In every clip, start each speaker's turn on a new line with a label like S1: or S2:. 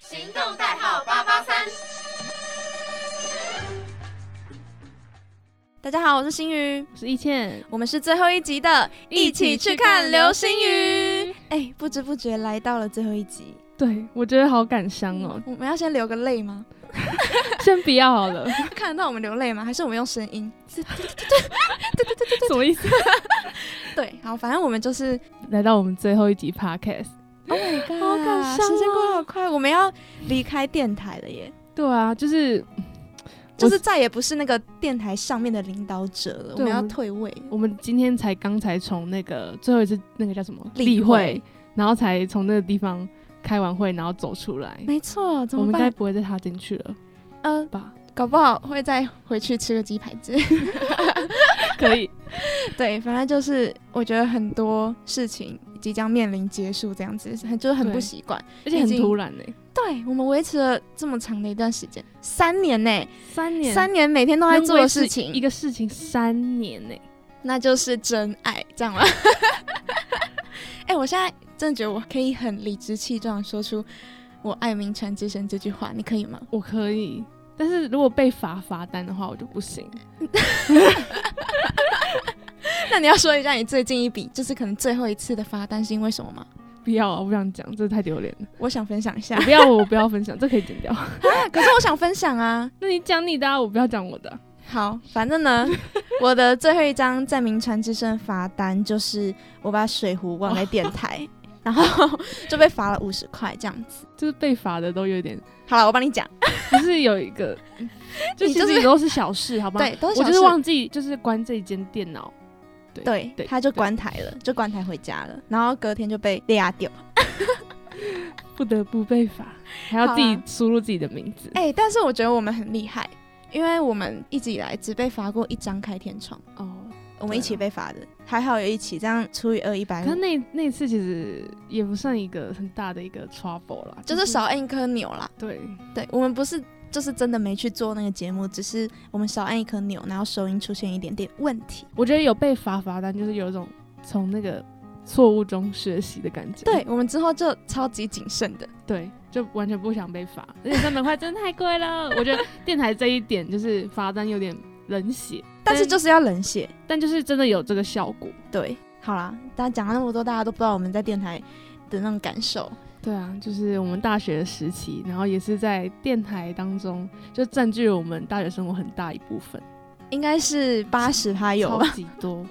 S1: 行动代号八八三。
S2: 大家好，我是星宇，
S3: 我是易倩，
S2: 我们是最后一集的，一起去看流星雨。哎、不知不觉来到了最后一集，
S3: 对，我觉得好感伤 哦。
S2: 我们要先流个泪吗？
S3: 先不要好了，
S2: 看得到我们流泪吗？还是我们用声音？
S3: 什么意思？
S2: 对，好，反正我们就是
S3: 来到我们最后一集 podcast。
S2: ，Oh my god，
S3: 好感伤哦
S2: 时间过得好快，我们要离开电台了耶，
S3: 对啊，就是
S2: 就是再也不是那个电台上面的领导者了，我
S3: 对
S2: 们要
S3: 我们
S2: 退位了。
S3: 我们今天才刚才从那个最后一次那个叫什么
S2: 例会
S3: 会，然后才从那个地方开完会，然后走出来。
S2: 没错，怎
S3: 我
S2: 么
S3: 们该
S2: 办？
S3: 不会再踏进去了
S2: 呃，
S3: 吧？
S2: 搞不好会再回去吃个鸡排之类的
S3: 可以，
S2: 对，反正就是我觉得很多事情即将面临结束，这样子很就是很不
S3: 对
S2: 习惯。
S3: 而且
S2: 已
S3: 很
S2: 经
S3: 突然欸呢、
S2: 对我们维持了这么长的一段时间，三年呢、
S3: 三年，
S2: 三年每天都在
S3: 能
S2: 做的
S3: 维持
S2: 事情，
S3: 一个事情三年欸呢、
S2: 那就是真爱，这样吗？ 哎、我现在真的觉得我可以很理直气壮地说出“我爱名传之神”这句话，你可以吗？
S3: 我可以，但是如果被罚罚单的话，我就不行。
S2: 那你要说一下你最近一笔，就是可能最后一次的罚单是因为什么吗？
S3: 不要啊，我不想讲，这太丢脸了。
S2: 我想分享一下
S3: 我，不要，我不要分享，这可以剪掉。
S2: 可是我想分享啊。
S3: 那你讲你的、啊，我不要讲我的啊。
S2: 好，反正 呢，我的最后一张在名传之声罚单就是我把水壶忘在电台， 然后就被罚了五十块这样子。
S3: 就是被罚的都有点，
S2: 好了，我帮你讲，
S3: 不是有一 个，就
S2: 你
S3: 其
S2: 就是
S3: 实都是小事，好吗？
S2: 对，都是
S3: 我
S2: 小
S3: 就是
S2: 事
S3: 忘记就是关这一间哦电脑。
S2: 对，
S3: 对
S2: 他就关台了，就关台回家了，然后隔天就被俩掉。
S3: 不得不被罚，还要自
S2: 好
S3: 己
S2: 啊
S3: 输入自己的名字。
S2: 哎、但是我觉得我们很厉害，因为我们一直以来只被罚过一张开天窗，
S3: 哦，
S2: 我们一起被罚的，还好有一起，这样除以二一百
S3: 可是
S2: 五，
S3: 那那次其实也不算一个很大的一个 trouble 啦，
S2: 就是少按一颗钮啦。
S3: 对
S2: 对，我们不是就是真的没去做那个节目，只是我们少按一颗钮，然后收音出现一点点问题。
S3: 我觉得有被罚罚单，就是有一种从那个错误中学习的感觉。
S2: 对我们之后就超级谨慎的，
S3: 对，就完全不想被罚，而且三百块真的太贵了。我觉得电台这一点就是罚单有点冷血，
S2: 但是就是要冷血。
S3: 但就是真的有这个效果。
S2: 对，好啦，大家讲了那么多，大家都不知道我们在电台的那种感受。
S3: 对啊，就是我们大学的时期，然后也是在电台当中就占据了我们大学生活很大一部分，
S2: 应该是八十趴有啊
S3: 超
S2: 吧？
S3: 级 多。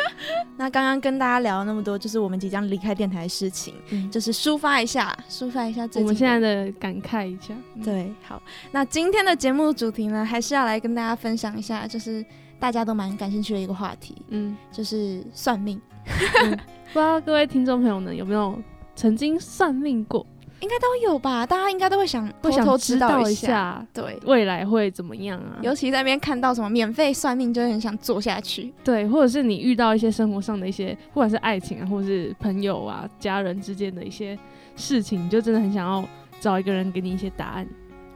S2: 那刚刚跟大家聊了那么多，就是我们即将离开电台的事情，
S3: 嗯
S2: 就是抒发一下，抒发一下最近
S3: 我们现在
S2: 的
S3: 的感慨一下，嗯，
S2: 对，好，那今天的节目主题呢，还是要来跟大家分享一下，就是大家都蛮感兴趣的一个话题，
S3: 嗯，
S2: 就是算命。
S3: 不知道各位听众朋友们有没有曾经算命过，
S2: 应该都有吧？大家应该都会想
S3: 会想
S2: 偷偷
S3: 知
S2: 知
S3: 道
S2: 一嗯
S3: 下
S2: 对，
S3: 未来会怎么样啊？
S2: 尤其在那边看到什么免费算命，就会很想做下去。
S3: 对，或者是你遇到一些生活上的一些，不管是爱情啊，或者是朋友啊、家人之间的一些事情，你就真的很想要找一个人给你一些答案。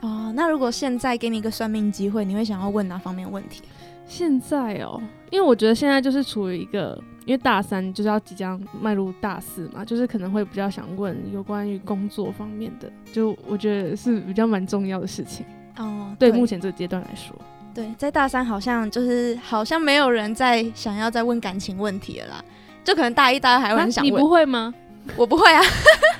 S2: 哦，那如果现在给你一个算命机会，你会想要问哪方面的问题？
S3: 现在哦，因为我觉得现在就是处于一个，因为大三就是要即将迈入大四嘛，就是可能会比较想问有关于工作方面的，就我觉得是比较蛮重要的事情。
S2: 哦，
S3: 对目前这个阶段来说，
S2: 对，在大三好像就是好像没有人在想要再问感情问题了啦，就可能大一、大二还会
S3: 啊
S2: 很想
S3: 你
S2: 问。
S3: 不会吗？
S2: 我不会啊，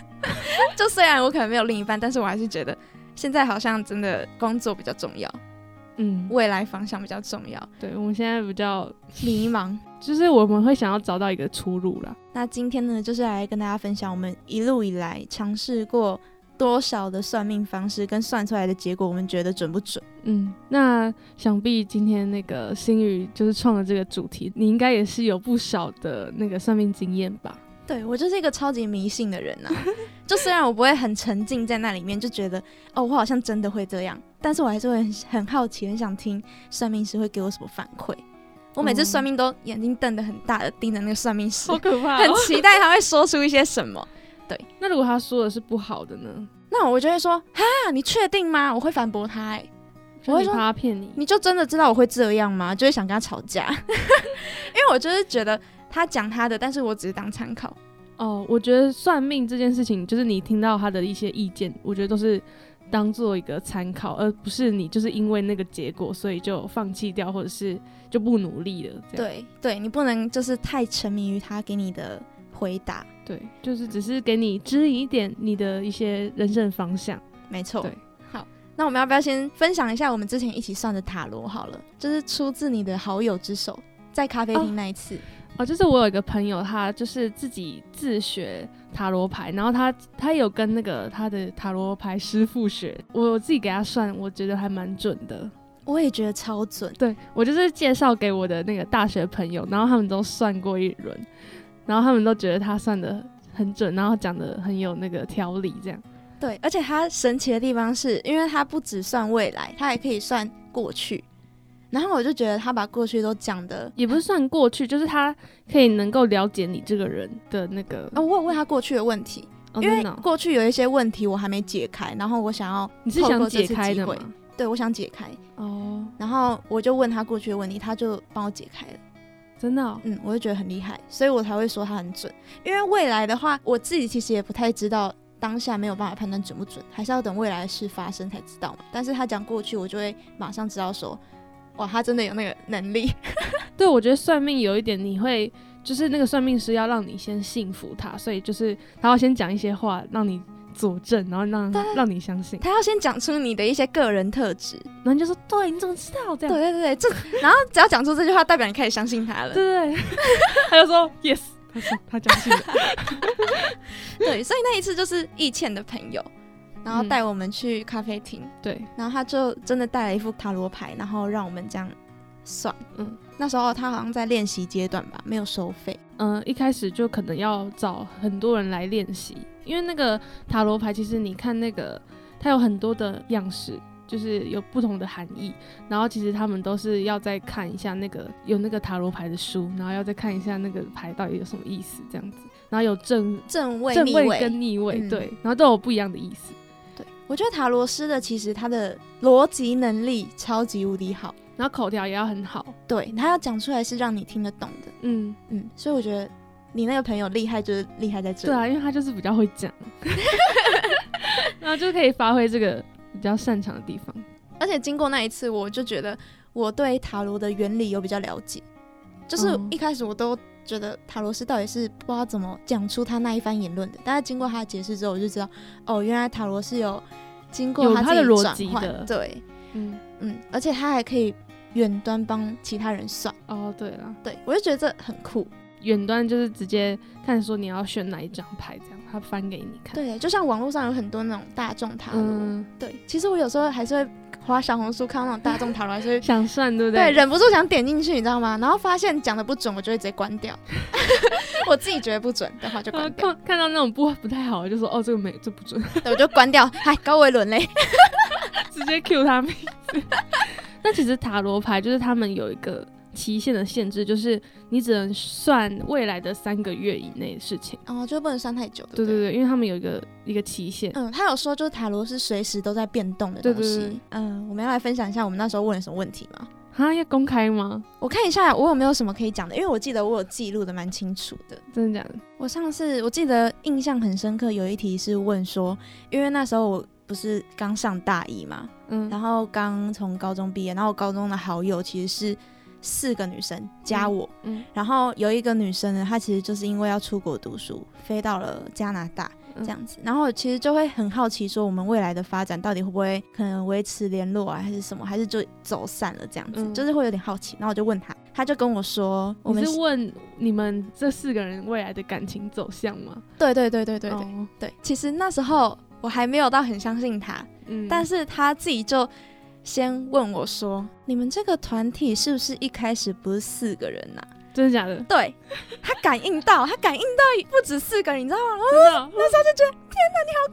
S2: 就虽然我可能没有另一半，但是我还是觉得现在好像真的工作比较重要，
S3: 嗯，
S2: 未来方向比较重要，
S3: 对，我们现在比较，
S2: 迷茫。
S3: 就是我们会想要找到一个出路啦。
S2: 那今天呢，就是来跟大家分享我们一路以来尝试过多少的算命方式，跟算出来的结果，我们觉得准不准？
S3: 嗯，那想必今天那个星宇就是创了这个主题，你应该也是有不少的那个算命经验吧？
S2: 对我就是一个超级迷信的人 呐、就虽然我不会很沉浸在那里面，就觉得哦，我好像真的会这样，但是我还是会很很好奇，很想听算命师会给我什么反馈。我每次
S3: 哦
S2: 算命都眼睛瞪得很大的盯着那个算命 师，
S3: 可怕哦
S2: 很期待他会说出一些什么。
S3: 那如果他说的是不好的呢？
S2: 那我就会说哈，你确定吗？我会反驳他、欸，我
S3: 我
S2: 会
S3: 会
S2: 说
S3: 怕他骗你。
S2: 你就真的知道我会这样吗？就会想跟他吵架， 因为我就是觉得他讲他的，但是我只是当参考。
S3: 哦，我觉得算命这件事情，就是你听到他的一些意见，我觉得都是当做一个参考，而不是你就是因为那个结果，所以就放弃掉，或者是就不努力了。这样
S2: 对对，你不能就是太沉迷于他给你的回答，
S3: 对，就是只是给你指引一点你的一些人生方向。
S2: 没错。
S3: 对，
S2: 好，那我们要不要先分享一下我们之前一起算的塔罗好了？就是出自你的好友之手，在咖啡厅那一次。
S3: 哦，就是我有一个朋友，他就是自己自学塔罗牌，然后他他有跟那个他的塔罗牌师傅学，我自己给他算，我觉得还蛮准的。
S2: 我也觉得超准，
S3: 对我就是介绍给我的那个大学朋友，然后他们都算过一轮，然后他们都觉得他算的很准，然后讲的很有那个条理，这样。
S2: 对，而且它神奇的地方是，因为它不只算未来，它还可以算过去。然后我就觉得他把过去都讲的，
S3: 也不是算过去，就是他可以能够了解你这个人的那个，
S2: 啊、我有问他过去的问题，
S3: 哦
S2: 因为
S3: 真的哦
S2: 过去有一些问题我还没解开，然后我想要，
S3: 你是
S2: 透
S3: 想
S2: 过这
S3: 解
S2: 次
S3: 开
S2: 机
S3: 的
S2: 会
S3: 吗？
S2: 对我想解开，
S3: 哦，
S2: 然后我就问他过去的问题，他就帮我解开了。
S3: 真的、哦，
S2: 嗯，我就觉得很厉害，所以我才会说他很准。因为未来的话，我自己其实也不太知道，当下没有办法判断准不准，还是要等未来的事发生才知道嘛。但是他讲过去，我就会马上知道说，哇，他真的有那个能力。
S3: 对，我觉得算命有一点，你会就是那个算命师要让你先信服他，所以就是他要先讲一些话让你佐证，然后让
S2: 对
S3: 让你相信，
S2: 他要先讲出你的一些个人特质，
S3: 然后你就说对，你怎么知道这
S2: 对
S3: 样？
S2: 对对对，这然后只要讲出这句话，代表你开始相信他了。
S3: 对对， 他就说 yes，他说他相信了，
S2: 对，所以那一次就是易倩的朋友，然
S3: 嗯
S2: 后带我们去咖啡厅，
S3: 对，
S2: 然后他就真的带了一副塔罗牌，然后让我们这样算。
S3: 嗯
S2: 那时候他好像在练习阶段吧，没有收费。
S3: 嗯、一开始就可能要找很多人来练习，因为那个塔罗牌其实你看那个它有很多的样式。就是有不同的含义，然后其实他们都是要再看一下那个有那个塔罗牌的书，然后要再看一下那个牌到底有什么意思这样子，然后有正
S2: 正位、
S3: 正
S2: 逆
S3: 位
S2: 位，
S3: 跟逆位，
S2: 嗯
S3: 对，然后都有不一样的意思。
S2: 对，我觉得塔罗师的其实他的逻辑能力超级无敌好，
S3: 然后口条也要很好，
S2: 对他要讲出来是让你听得懂的，
S3: 嗯，
S2: 嗯，所以我觉得你那个朋友厉害就是厉害在这
S3: 对
S2: 里，
S3: 啊，因为他就是比较会讲，然后就可以发挥这个比较擅长的地方。
S2: 而且经过那一次，我就觉得我对塔罗的原理有比较了解，就是
S3: 嗯
S2: 一开始我都觉得塔罗师到底是不知道怎么讲出他那一番言论的，但是经过他的解释之后，我就知道哦，原来塔罗是有经过
S3: 有
S2: 他
S3: 他的
S2: 自己
S3: 逻
S2: 转
S3: 辑
S2: 换
S3: 的
S2: 对，
S3: 嗯，
S2: 嗯，而且他还可以远端帮其他人算。
S3: 哦，对了，
S2: 对，我就觉得这很酷。
S3: 远端就是直接看说你要选哪一张牌，这样他翻给你看。，
S2: 对，就像网络上有很多那种大众塔罗，
S3: 嗯，
S2: 对，其实我有时候还是会滑小红书看到那种大众塔罗，还是会
S3: 想算对不
S2: 对
S3: 对？
S2: 忍不住想点进去，你知道吗？然后发现讲的不准，我就会直接关掉。 我自己觉得不准的话就
S3: 然后
S2: 关掉，
S3: 看看到那种不不太好的，就说哦，这个没这不准，
S2: 对，我就关掉。嗨，高维伦嘞，
S3: 直接 Q 他名字。 那其实塔罗牌就是他们有一个期限的限制，就是你只能算未来的三个月以内的事情。
S2: 哦，就不能算太久，对
S3: 对
S2: 不
S3: 对
S2: 对？
S3: 对，因为他们有一个一个期限。
S2: 嗯，他有说就是塔罗是随时都在变动的东
S3: 对
S2: 西。
S3: 对对
S2: 嗯，我们要来分享一下我们那时候问了什么问题吗？
S3: 哈，要公开吗？
S2: 我看一下我有没有什么可以讲的，因为我记得我有记录的蛮清楚的。
S3: 真的假的？
S2: 我上次我记得印象很深刻，有一题是问说，因为那时候我不是刚上大一嘛，
S3: 嗯，
S2: 然后刚从高中毕业，然后我高中的好友其实是四个女生加我，
S3: 嗯
S2: 然后有一个女生呢，她其实就是因为要出国读书，飞到了加拿大
S3: 嗯
S2: 这样子，然后我其实就会很好奇说，我们未来的发展到底会不会可能维持联络啊，还是什么，还是就走散了这样子，
S3: 嗯
S2: 就是会有点好奇，然后我就问她，她就跟我说，我
S3: 我
S2: 们
S3: 是问你们这四个人未来的感情走向吗？
S2: 对对对对对对。
S3: 哦
S2: 对，其实那时候我还没有到很相信他，
S3: 嗯，
S2: 但
S3: 是
S2: 是他自己就先问我说：“你们这个团体是不是一开始不是四个人呐、
S3: 真的假的？
S2: 对他感应到，他感应到不止四个人，你知道吗？
S3: 真的哦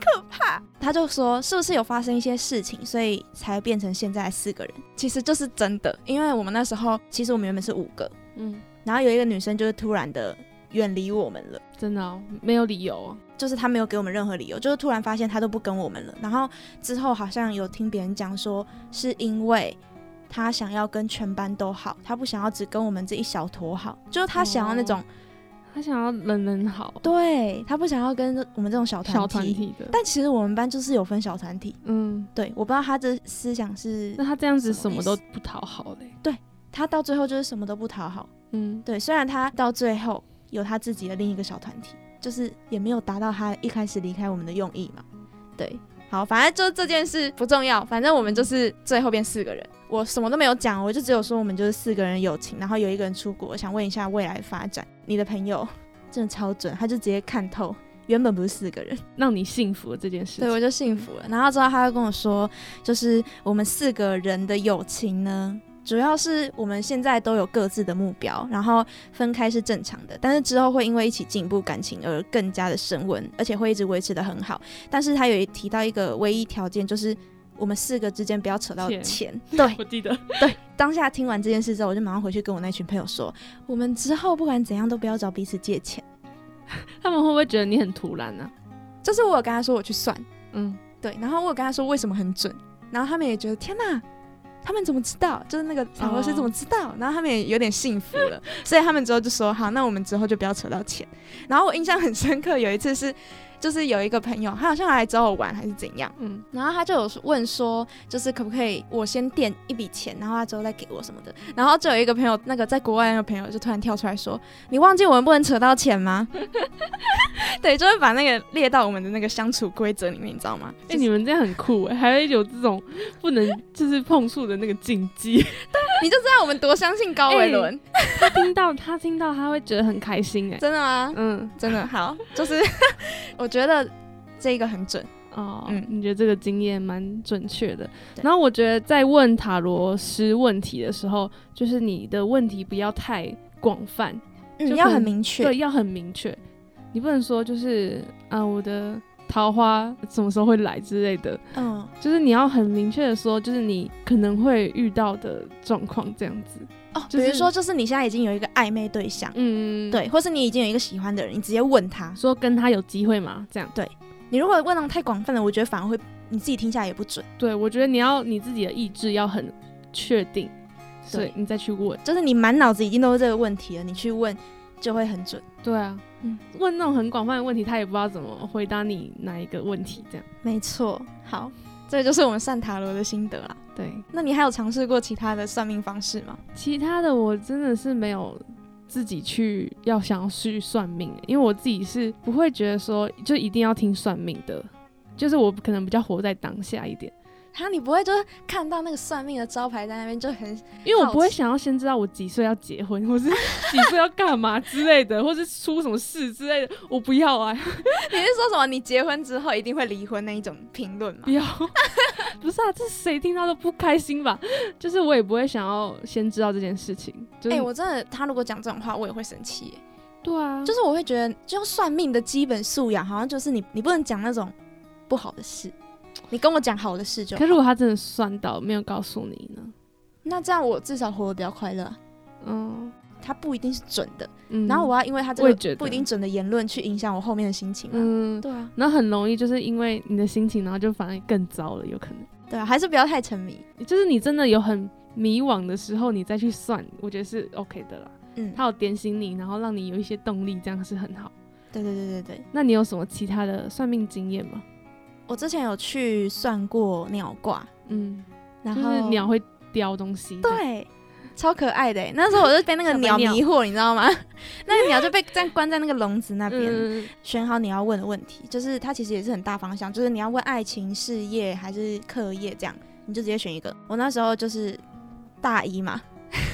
S2: 可怕。他就说是不是有发生一些事情，所以才变成现在四个人？其实就是真的，因为我们那时候其实我们原本是五个，
S3: 嗯，
S2: 然后有一个女生就是突然的远离我们了。
S3: 真的哦，没有理由哦。
S2: 就是他没有给我们任何理由，就是突然发现他都不跟我们了。然后之后好像有听别人讲说，是因为他
S3: 哦
S2: 想要跟全班都好，他不想要只跟我们这一小坨好，就是他想要那种
S3: 他想要人人好，
S2: 对他不想要跟我们这种小团
S3: 小团体的，
S2: 但其实我们班就是有分小团体，
S3: 嗯，
S2: 对，我不知道他的思想是
S3: 那，他这样子
S2: 什
S3: 什
S2: 么意
S3: 么
S2: 思
S3: 都不讨好嘞，
S2: 他到最后就是什么都不讨好。
S3: 嗯，
S2: 对，虽然他到最后有他自己的另一个小团体，就是也没有达到他一开始离开我们的用意嘛。对，好，反正就是这件事不重要，反正我们就是最后变四个人，我什么都没有讲，我就只有说我们就是四个人友情，然后有一个人出国，想问一下未来发展。你的朋友真的超准，他就直接看透，原本不是四个人。
S3: 让你幸福的这件事
S2: 对，我
S3: 情，
S2: 就幸福了。然后之后他就跟我说，就是我们四个人的友情呢，主要是我们现在都有各自的目标，然后分开是正常的，但是之后会因为一起进步感情而更加的升温，而且会一直维持的很好。但是他有提到一个唯一条件，就是我们四个之间不要扯到
S3: 钱
S2: 钱。对，
S3: 我记得，
S2: 当下听完这件事之后，我就马上回去跟我那群朋友说，我们之后不管怎样都不要找彼此借钱。
S3: 他们会不会觉得你很突然啊呢？
S2: 就是我有跟他说我去算，
S3: 嗯，
S2: 对，然后我有跟他说为什么很准，然后他们也觉得天哪，他们怎么知道？就是那个小老师
S3: 哦
S2: 怎么知道？然后他们也有点幸福了， 所以他们之后就说好，那我们之后就不要扯到钱。然后我印象很深刻，有一次是就是有一个朋友，他好像来找我玩还是怎样，
S3: 嗯，
S2: 然后他就有问说，就是可不可以我先垫一笔钱，然后他之后再给我什么的。然后就有一个朋友，那个在国外那个朋友就突然跳出来说：“你忘记我们不能扯到钱吗？” 对，就会把那个列到我们的那个相处规则里面，你知道吗？
S3: 哎、你们这样很酷哎、还会有这种不 能就是碰触的那个禁忌。
S2: 你就知道我们多相信高维伦，
S3: 他听到他听到他会觉得很开心哎、
S2: 真的吗？
S3: 嗯，
S2: 真的好，就是 我觉得这个很准，
S3: 哦，
S2: 嗯
S3: 你觉得这个经验蛮准确的。
S2: 对
S3: 然后我觉得在问塔罗师问题的时候，就是你的问题不要太广泛，
S2: 嗯，
S3: 就
S2: 要
S3: 可
S2: 很
S3: 能
S2: 明确，
S3: 对，要很明确。你不能说就是啊，我的桃花什么时候会来之类的，
S2: 嗯，
S3: 就是你要很明确的说，就是你可能会遇到的状况这样子。
S2: 哦，
S3: 就是
S2: 比如说就是你现在已经有一个暧昧对象，
S3: 嗯，，
S2: 对，或是你已经有一个喜欢的人，你直接问他，
S3: 说跟他有机会嘛，这样。
S2: 你如果问那种太广泛了，我觉得反而会你自己听下来也不准。
S3: 对，我觉得你要你自己的意志要很确定，所以
S2: 对
S3: 你再去问。
S2: 就是你满脑子已经都是这个问题了，你去问就会很准。
S3: 对啊，
S2: 嗯
S3: 问那种很广泛的问题，他也不知道怎么回答你哪一个问题，这样。
S2: 没错，好，这就是我们算塔罗的心得啦。
S3: 对，
S2: 那你还有尝试过其他的算命方式吗？
S3: 其他的我真的是没有自己去要想要去算命，因为我自己是不会觉得说就一定要听算命的，就是我可能比较活在当下一点，
S2: 哈，你不会就是看到那个算命的招牌在那边就很
S3: 因为我不
S2: 好
S3: 会
S2: 奇
S3: 想要先知道我几岁要结 婚，或是几岁要干嘛之类的，或是出什么事之类的，我不要啊，
S2: 你是说什么？你结婚之后一定会离婚那一种评论吗
S3: 不？要。 不是啊，这谁听到都不开心吧？就是我也不会想要先知道这件事情。就
S2: 哎、
S3: 是、
S2: 我真的，他如果讲这种话，我也会生气耶。
S3: 对啊，
S2: 就是我会觉得，就算命的基本素养，好像就是你，你不能讲那种不好的事，你跟我讲好的事就好
S3: 可。是如果他真的算到没有告诉你呢？
S2: 那这样我至少活得比较快乐啊。
S3: 嗯
S2: 它不一定是准的，
S3: 嗯，
S2: 然后我要因为他这
S3: 我也
S2: 个
S3: 觉
S2: 不一
S3: 得
S2: 定准的言论去影响我后面的心情啊。
S3: 嗯，
S2: 对啊，
S3: 然后很容易就是因为你的心情，然后就反而更糟了，有可能。
S2: 对啊，还是不要太沉迷。
S3: 就是你真的有很迷惘的时候，你再去算，我觉得是 OK 的啦。
S2: 嗯，
S3: 它有点醒你，然后让你有一些动力，这样是很好。
S2: 对对对对对，
S3: 那你有什么其他的算命经验吗？
S2: 我之前有去算过鸟卦，
S3: 嗯，
S2: 然
S3: 就
S2: 后
S3: 是鸟会叼东西。这样，
S2: 对，超可爱的欸。那时候我就被那个
S3: 小白
S2: 鸟
S3: 鸟
S2: 迷惑，你知道 吗？那个鸟就被这样关在那个笼子那边，
S3: 嗯，
S2: 选好你要问的问题，就是它其实也是很大方向，就是你要问爱情、事业还是课业这样，你就直接选一个。我那时候就是大一嘛，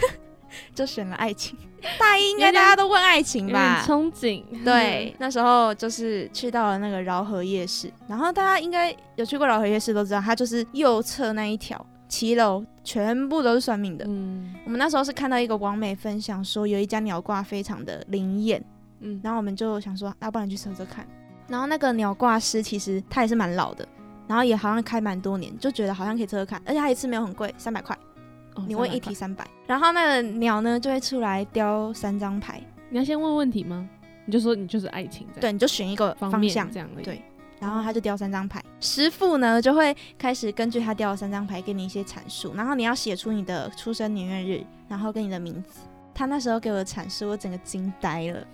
S2: 就选了爱情。大一应该
S3: 有点
S2: 大家都问爱情
S3: 有点
S2: 吧？
S3: 憧憬。
S2: 对，嗯那时候就是去到了那个饶河夜市，然后大家应该有去过饶河夜市都知道，它就是右侧那一条骑楼全部都是算命的。
S3: 嗯，
S2: 我们那时候是看到一个网美分享说有一家鸟挂非常的灵验，
S3: 嗯嗯，
S2: 然后我们就想说，啊要、不然去测测看。然后那个鸟挂师其实他也是蛮老的，然后也好像开蛮多年，就觉得好像可以测测看，而且他一次没有很贵，三百块，
S3: 哦
S2: 你问一，
S3: 300
S2: 题
S3: 块
S2: 三百。然后那个鸟呢就会出来雕三张牌，
S3: 你要先问问题吗？你就说你就是爱情这样
S2: 对，你就选一个
S3: 方
S2: 方
S3: 面
S2: 向，
S3: 这样而已。
S2: 对然后他就雕三张牌，师傅呢就会开始根据他雕的三张牌给你一些阐述，然后你要写出你的出生年月日，然后跟你的名字。他那时候给我的阐释，我整个惊呆了。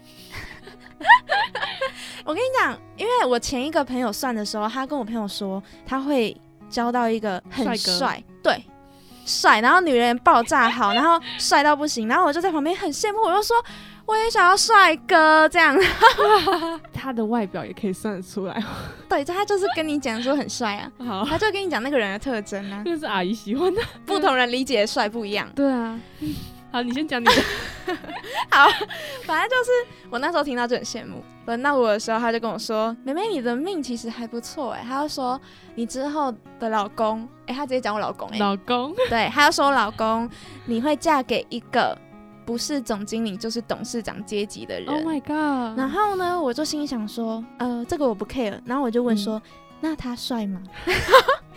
S2: 我跟你讲，因为我前一个朋友算的时候，他跟我朋友说他会交到一个很
S3: 帅哥
S2: 帅，对，帅，然后女人爆炸好，然后帅到不行，然后我就在旁边很羡慕，我就说我也想要帅哥这样。
S3: 他的外表也可以算得出来。哦
S2: 对，他就是跟你讲说很帅啊，
S3: 好，
S2: 他就跟你讲那个人的特征啊，
S3: 这是阿姨喜 欢的。
S2: 不同人理解的帅不一样。
S3: 对啊，好，你先讲你 的。
S2: 好，反正就是我那时候听到就很羡慕。轮到我的时候，他就跟我说：“妹妹，你的命其实还不错哎。”他就说：“你之后的老公，哎、他直接讲我老公哎、
S3: 老 公，
S2: 对，他就说老公，你会嫁给一个不是总经理就是董事长阶级的人。
S3: Oh my god！
S2: 然后呢，我就心里想说：“呃，这个我不 care。”然后我就问说：“
S3: 嗯
S2: 那他帅吗？”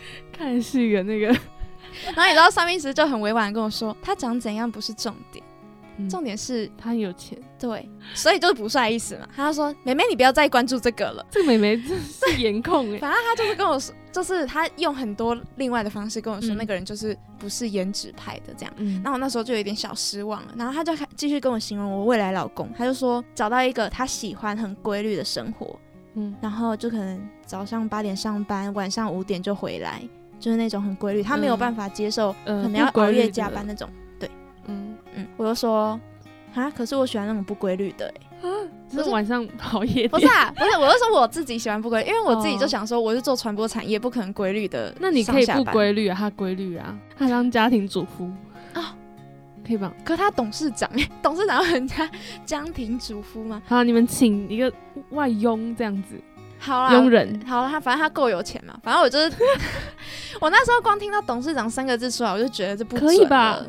S3: 看来是一个那个，
S2: 然后你知道算命师就很委婉地跟我说：“他长怎样不是重点，
S3: 嗯
S2: 重点是
S3: 他很有钱。
S2: 对，所以就是不帅意思嘛。”
S3: 嗯
S2: 他就说：“妹妹，你不要再关注这个了。”
S3: 这个妹妹真是颜控哎，
S2: 反正他就是跟我说，就是他用很多另外的方式跟我说，
S3: 嗯
S2: 那个人就是不是颜值派的这样。
S3: 嗯
S2: 那我那时候就有点小失望了，然后他就开继续跟我形容我未来老公，他就说找到一个他喜欢很规律的生活，
S3: 嗯，
S2: 然后就可能早上八点上班，晚上五点就回来，就是那种很规律，他没有
S3: 嗯
S2: 办法接受
S3: 呃
S2: 可能要熬夜加，班
S3: 不
S2: 那种。
S3: 规律的嗯，
S2: 嗯，我就说啊，可是我喜欢那种不规律的、欸，
S3: 就是晚上熬夜
S2: 不
S3: 店
S2: 是。啊，不是，我是说我自己喜欢不规律，因为我自己
S3: 哦
S2: 就想说我是做传播产业，不可能规律的。
S3: 那你可以不
S2: 律。
S3: 规律啊，他规律啊，他当家庭主妇
S2: 啊
S3: 啊，可以吧？
S2: 可他董事长，欸董事长人家江庭主夫吗？
S3: 好，你们请一个外佣这样子，
S2: 好啦，
S3: 佣人，
S2: 好啦，他反正他够有钱嘛。反正我就是， 我那时候光听到董事长三个字出来，我就觉得这不
S3: 可以
S2: 准
S3: 吧
S2: 了啊，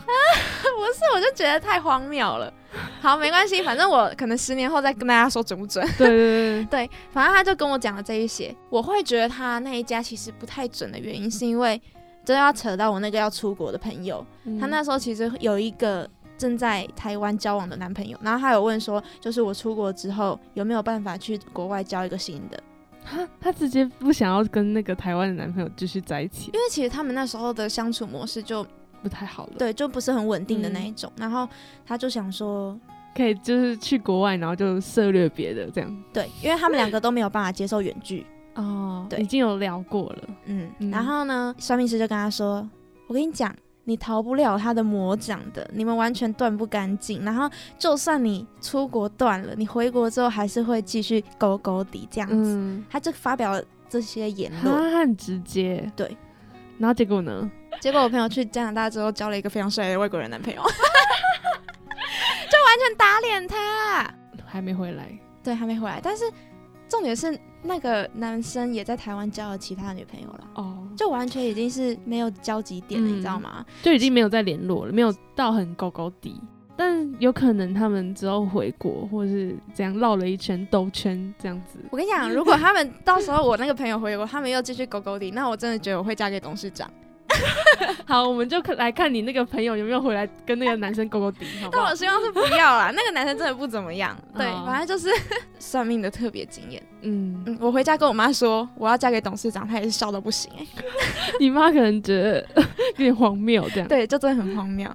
S2: 不是，我就觉得太荒谬了。好，没关系，反正我可能十年后再跟大家说准不准。
S3: 对对对对，
S2: 对，反正他就跟我讲了这一些。我会觉得他那一家其实不太准的原因，是因为真的要扯到我那个要出国的朋友，
S3: 嗯
S2: 她那时候其实有一个正在台湾交往的男朋友，然后她有问说，就是我出国之后有没有办法去国外交一个新的？
S3: 她她直接不想要跟那个台湾的男朋友继续在一起，
S2: 因为其实他们那时候的相处模式就
S3: 不太好了。
S2: 对就不是很稳定的那一种，然后她就想说，
S3: 可以就是去国外，然后就涉略别的这样。
S2: 对，因为他们两个都没有办法接受远 距，
S3: 哦
S2: 对
S3: 已经有聊过了。
S2: 嗯，
S3: 嗯
S2: 然后呢，算命师就跟她说，我跟你讲。你逃不了他的魔掌的，你们完全断不干净。然后，就算你出国断了，你回国之后还是会继续勾勾底这样子。
S3: 嗯，
S2: 他就发表了这些言
S3: 啊
S2: 论。
S3: 她很直接。
S2: 对，
S3: 然后结果呢？
S2: 结果我朋友去加拿大之后，交了一个非常帅的外国人男朋 友，就 完全打脸他。
S3: 还没回来。
S2: 对，还没回来，但是重点是那个男生也在台湾交了其他女朋友了。
S3: 哦，
S2: 就完全已经是没有交集点了，
S3: 嗯
S2: 你知道吗？
S3: 就已经没有再联络了，没有到很狗狗底。但有可能他们之后回国，或是这样绕了一圈兜圈这样子。
S2: 我跟你 讲，如果他们到时候我那个朋友回国，他们又继续勾勾底，那我真的觉得我会嫁给董事长。
S3: 好，我们就看来看你那个朋友有没有回来跟那个男生勾勾底，好不
S2: 但
S3: 好
S2: 我？希望是不哦要啦，那个男生真的不怎么样。对，
S3: 哦
S2: 反正就是 算命的特别经验。
S3: 嗯，
S2: 嗯，我回家跟我妈说我要嫁给董事长，她也是笑到不行 哎、
S3: 你妈可能觉得有点荒谬这样。
S2: 对，就真的很荒谬。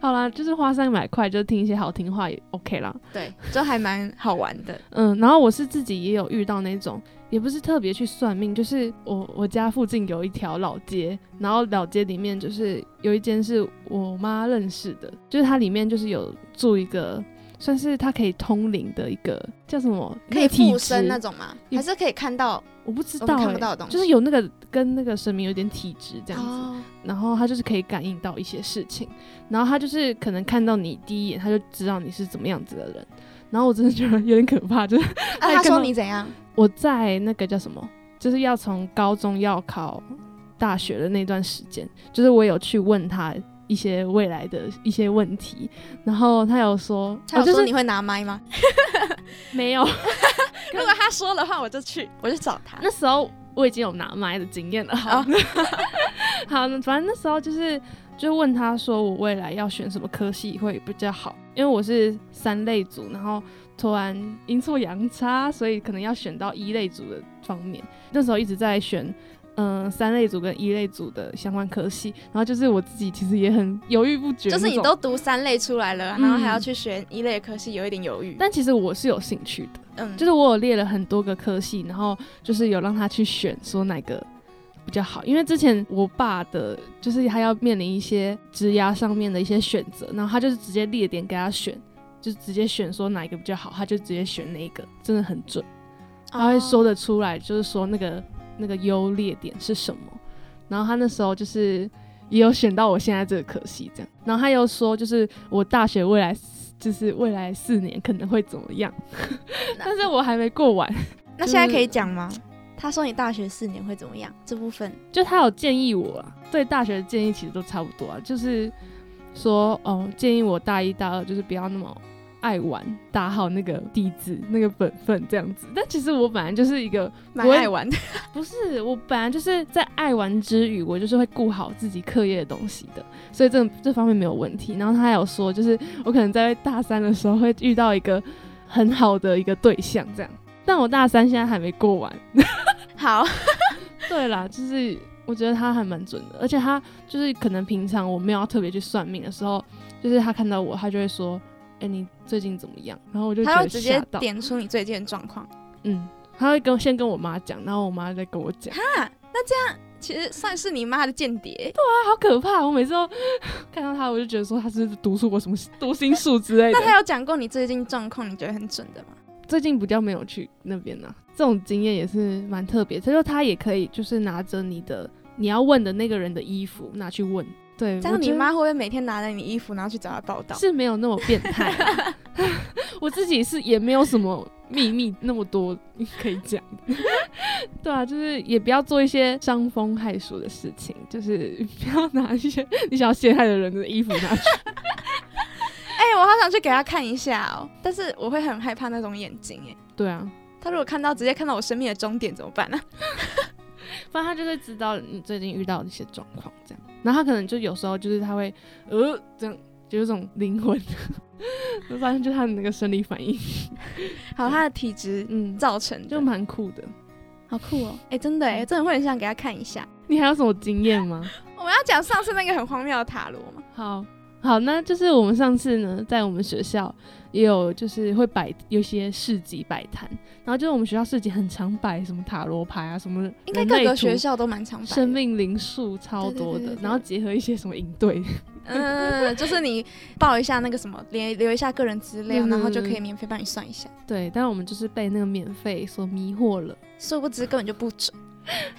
S3: 好啦，就是花三百块，就听一些好听话也 OK 啦。
S2: 对，就还蛮好玩的。
S3: 嗯，然后我是自己也有遇到那种，也不是特别去算命，就是我我家附近有一条老街，然后老街里面就是有一间是我妈认识的，就是它里面就是有住一个，算是它可以通灵的一个叫什么
S2: 可以附身那
S3: 那
S2: 种吗？
S3: 也
S2: 还是可以看到
S3: 我不知
S2: 我
S3: 道、
S2: 们
S3: 欸，
S2: 看不到的东西？
S3: 就是有那个跟那个神明有点体质这样子，
S2: 哦
S3: 然后他就是可以感应到一些事情，然后他就是可能看到你第一眼，他就知道你是怎么样子的人，然后我真的觉得有点可怕，就是。
S2: 啊，
S3: 还
S2: 他
S3: 看
S2: 说
S3: 到
S2: 你怎样？
S3: 我在那个叫什么， 就是要从高中要考大学的那段时间，就是我有去问他一些未来的一些问题，然后他有说，
S2: 他有
S3: 哦就
S2: 说
S3: 是
S2: 你会拿麦吗？
S3: 没有，
S2: 如果他说的话，我就去，我就找他。
S3: 那时候我已经有拿麦的经验了，好，
S2: 哦
S3: 好，反正那时候就是就问他说我未来要选什么科系会比较好，因为我是三类组，然后突然阴错阳差，所以可能要选到一类组的方面。那时候一直在选嗯、呃三类组跟一类组的相关科系，然后就是我自己其实也很犹豫不决，
S2: 就是你都，读三类出来了，然后
S3: 嗯
S2: 还要去选一类的科系，有一点犹豫。
S3: 但其实我是有兴趣的，
S2: 嗯，
S3: 就是我有列了很多个科系，然后就是有让他去选，说哪个比较好。因为之前我爸的，就是他要面临一些职涯上面的一些选择，然后他就是直接列点给他选，就直接选说哪一个比较好，他就直接选哪一个，真的很准，他会说
S2: 哦
S3: 得出来，就是说那个那个优劣点是什么。然后他那时候就是也有选到我现在这个科系这样，然后他又说就是我大学未来。就是未来四年可能会怎么样，但是我还没过完，
S2: 那现在可以讲吗？他说你大学四年会怎么样？这部分
S3: 就他有建议我啊，对大学的建议其实都差不多啊，就是说哦，建议我大一大二就是不要那么爱玩，打好那个底子、那个本分这样子。但其实我本来就是一个
S2: 蛮
S3: 我
S2: 爱玩的，
S3: 不是，我本来就是在爱玩之余，我就是会顾好自己课业的东西的，所以这这方面没有问题。然后他还有说，就是我可能在大三的时候会遇到一个很好的一个对象这样，但我大三现在还没过完，
S2: 好，
S3: 对啦，就是我觉得他还蛮准的，而且他就是可能平常我没有要特别去算命的时候，就是他看到我，他就会说：“哎、你最近怎么样？”然后我就觉
S2: 他会
S3: 得
S2: 直
S3: 吓
S2: 接
S3: 到，
S2: 点出你最近的状况。
S3: 嗯，他会跟我先跟我妈讲，然后我妈再跟我讲，
S2: 哈，那这样其实算是你妈的间谍。
S3: 啊他好可怕！我每次都 看到他，我就觉得说他是不是读出我什么读心术之类的
S2: 那。他有讲过你最近状况，你觉得很准的吗？
S3: 啊最近比较没有去那边呢、这种经验也是蛮特别。他说他也可以就是拿着你的你要问的那个人的衣服拿去问，对，
S2: 这
S3: 我
S2: 样你
S3: 觉得
S2: 妈会不会每天拿着你衣服，然后去找他报道？
S3: 是没有那么变态 啊、我自己是也没有什么秘密那么多可以 讲，对啊，就是也不要做一些伤风害俗的事情，就是 不要拿一些你想要陷害的人的衣服拿去。
S2: 哎、我好想去给他看一下哦，但是我会很害怕那种眼睛哎。
S3: 对啊，
S2: 他如果看到直接看到我生命的终点怎么办呢、啊
S3: 反正他就会知道你最近遇到的一些状况这样，然后他可能就有时候就是他会呃这样，就有一种灵魂， 反正就是他的那个生理反应，
S2: 好，他的体质
S3: 嗯，
S2: 造成的
S3: 就蛮嗯酷的。
S2: 好酷哦！哎、真的哎、真的会很想给他看一下。
S3: 你还有什么经验吗？
S2: 我们要讲上次那个很荒谬的塔罗吗？
S3: 好好，那就是我们上次呢，在我们学校也有就是会摆有一些市集摆摊，然后就是我们学校市集很常摆什么塔罗牌啊，什么
S2: 应该
S3: 人类
S2: 各个
S3: 图
S2: 学校都蛮常摆的。
S3: 生命灵数超
S2: 对对
S3: 多的，
S2: 对对对
S3: 然后结合一些什么营队，
S2: 嗯，就是你报一下那个什么，留留一下个人资料，
S3: 嗯
S2: 然后就可以免费帮你算一下。
S3: 对，但我们就是被那个免费所迷惑了。
S2: 殊不知根本就不准。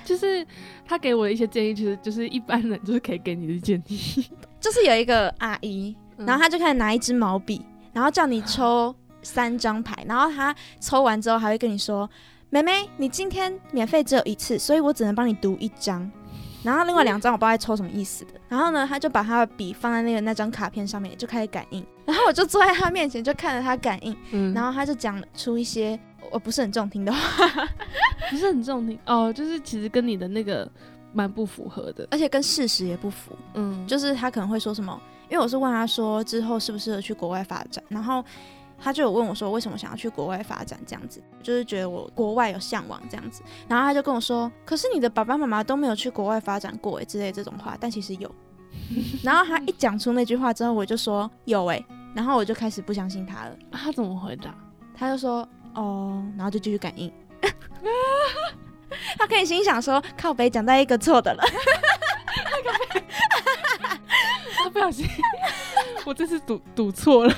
S3: 就是他给我的一些建议，其实就是一般人就是可以给你的建议。
S2: 就是有一个阿姨，
S3: 嗯
S2: 然后她就开始拿一支毛笔，然后叫你抽三张牌，然后她抽完之后还会跟你说：“妹妹，你今天免费只有一次，所以我只能帮你读一张。”然后另外两张我不知道在抽什么意思的，然后呢，她就把她的笔放在那个那张卡片上面，就开始感应。然后我就坐在她面前，就看着她感应，
S3: 嗯
S2: 然后她就讲出一些我不是很中听的话，
S3: 不是很中听哦，就是其实跟你的那个蛮不符合的。
S2: 而且跟事实也不符。
S3: 嗯，
S2: 就是他可能会说什么，因为我是问他说之后适不适合去国外发展，然后他就有问我说为什么想要去国外发展这样子，就是觉得我国外有向往这样子，然后他就跟我说，可是你的爸爸妈妈都没有去国外发展过诶之类这种话，但其实 有，然后他一讲出那句话之后，我就说有诶，然后我就开始不相信他了，
S3: 啊他怎么回答？
S2: 他就说哦，然后就继续感应。 他可以心想说：“靠北讲到一个错的了。”
S3: 他不小心， 我这次赌赌错了。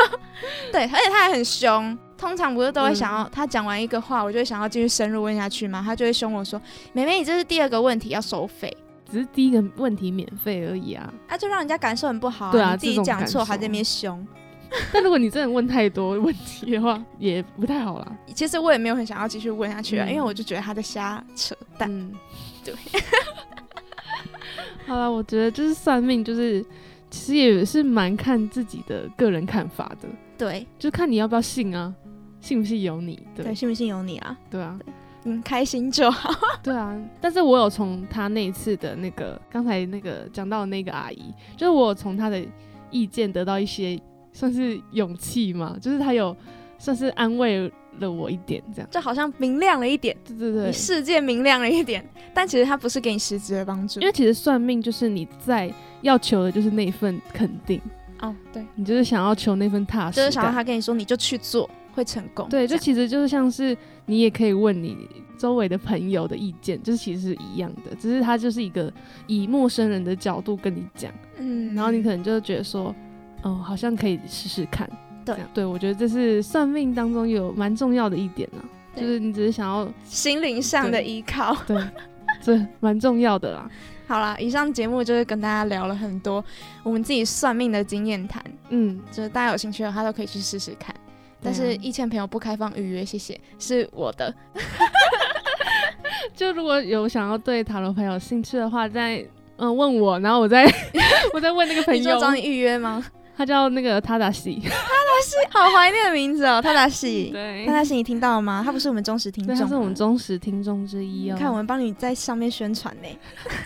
S2: 对，而且他还很凶。通常不是都会想要、他讲完一个话，我就会想要继续深入问下去嘛，他就会凶我说：“妹妹，你这是第二个问题，要收费。
S3: 只是第一个问题免费而已啊。”
S2: 啊，就让人家感受很不好、
S3: 对啊
S2: 你自己
S3: 这种
S2: 讲
S3: 感
S2: 错
S3: 受
S2: 还在那边凶。
S3: 但如果你真的问太多问题的话，也不太好啦。
S2: 其实我也没有很想要继续问下去啊，
S3: 嗯
S2: 因为我就觉得他在瞎扯淡。
S3: 嗯，
S2: 对。
S3: 好了，我觉得就是算命，就是其实也是蛮看自己的个人看法的，
S2: 对
S3: 就看你要不要信啊，信不信由你。对
S2: 对，信不信由你啊，
S3: 对啊，
S2: 嗯，开心就好。
S3: 对啊，但是我有从他那一次的那个刚才那个讲到的那个阿姨，就是我有从她的意见得到一些算是勇气嘛，就是她有算是安慰了我一点，这样。
S2: 就好像明亮了一点，
S3: 对对
S2: 你
S3: 对，
S2: 世界明亮了一点，但其实它不是给你实质的帮助
S3: 因。为其实算命就是你在要求的就是那份肯定，
S2: 哦，对，
S3: 你就是想要求那份踏实
S2: 就
S3: 感，
S2: 是想让他跟你说，你就去做，会成功。
S3: 对，
S2: 这
S3: 就
S2: 样
S3: 其实就是像是你也可以问你周围的朋友的意见，就是其实是一样的，只是他就是一个以陌生人的角度跟你讲，
S2: 嗯
S3: 然后你可能就觉得说，哦，好像可以试试看。
S2: 对
S3: 这样，对我觉得这是算命当中有蛮重要的一点啊，就
S2: 对
S3: 是你只是想要
S2: 心灵上的
S3: 对
S2: 依靠。
S3: 对，这蛮重要的啦。
S2: 好啦，以上节目就是跟大家聊了很多我们自己算命的经验谈，
S3: 嗯，
S2: 就是大家有兴趣的话都可以去试试看。但是
S3: 对啊
S2: 一千朋友不开放预约，谢谢，是我的。
S3: 就如果有想要对塔罗牌有兴趣的话，再嗯问我，然后我再 我再问那个朋
S2: 你说
S3: 友，
S2: 找你预约吗？
S3: 他叫那个塔达西，
S2: 好怀念的名字 哦，他达西，
S3: 对
S2: 他达西，你听到了吗？他不是我们忠实听
S3: 对，
S2: 众，
S3: 他是我们。忠实听众之一哦。
S2: 看，我们帮你在上面宣传呢。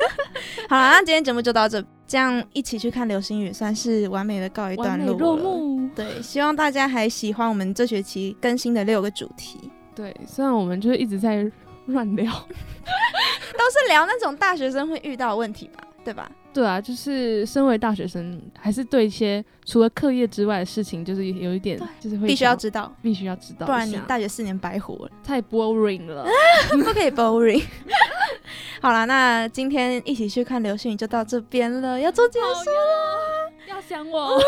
S2: 好啦，那今天节目就到这，这样一起去看流星雨，算是完美的告一
S3: 完
S2: 段
S3: 美
S2: 落了。
S3: 落幕。
S2: 对，希望大家还喜欢我们这学期更新的六个主题，
S3: 对，虽然我们就是一直在 乱聊，
S2: 都是聊那种大学生会遇到的问题吧，对吧？
S3: 对啊，就是身为大学生，还是对一些除了课业之外的事情，就是有一点
S2: 对，
S3: 就是会
S2: 必须要
S3: 想
S2: 知道，
S3: 必须要知道一下，
S2: 不然你大学四年白活了，
S3: 太 boring 了。
S2: 不可以 boring。好啦，那今天一起去看流星雨就到这边了，要做结束了。
S3: 要想我。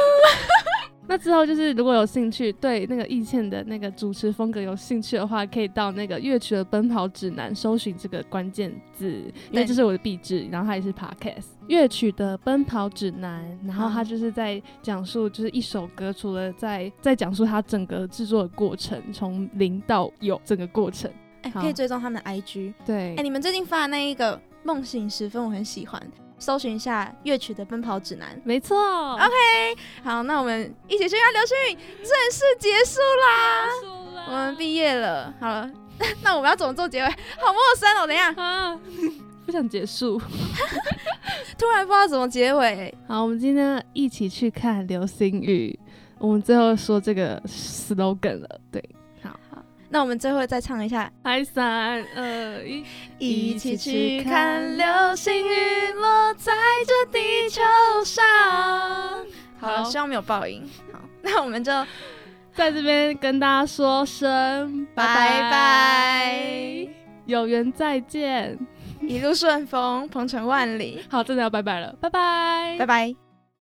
S3: 那之后就是，如果有兴趣对那个易倩的那个主持风格有兴趣的话，可以到那个乐曲的奔跑指南搜寻这个关键字，因为
S2: 对
S3: 这是我的壁纸，然后它也是 podcast 乐曲的奔跑指南，然后它
S2: 好
S3: 就是在讲述就是一首歌，除了在在讲述它整个制作的过程，从零到有整个过程。
S2: 哎、
S3: 好
S2: 可以追踪他们的 IG。
S3: 对，
S2: 哎、你们最近发的那一个《梦醒时分》，我很喜欢，搜寻一下乐曲的《奔跑指南》。
S3: 没错
S2: OK，好，那我们一起去看流星雨，正式结束啦。啊我们毕业了，好了， 那我们要怎么做结尾？好陌生哦，等一下，
S3: 啊， 不想结束。
S2: 突然不知道怎么结尾。
S3: 好，我们今天一起去看流星雨。我们最后说这个 slogan 了，对，
S2: 那我们最后再唱一下，
S3: 嗨，三二一，
S2: 一起去看流星雨落在这地球上。好了，
S3: 好
S2: 希望没有爆音。好，那我们就
S3: 在这边跟大家说声拜
S2: 拜拜，
S3: 有缘再见。
S2: 一路顺风，鹏程万里。
S3: 好，真的要拜拜了，拜拜，
S2: 拜拜。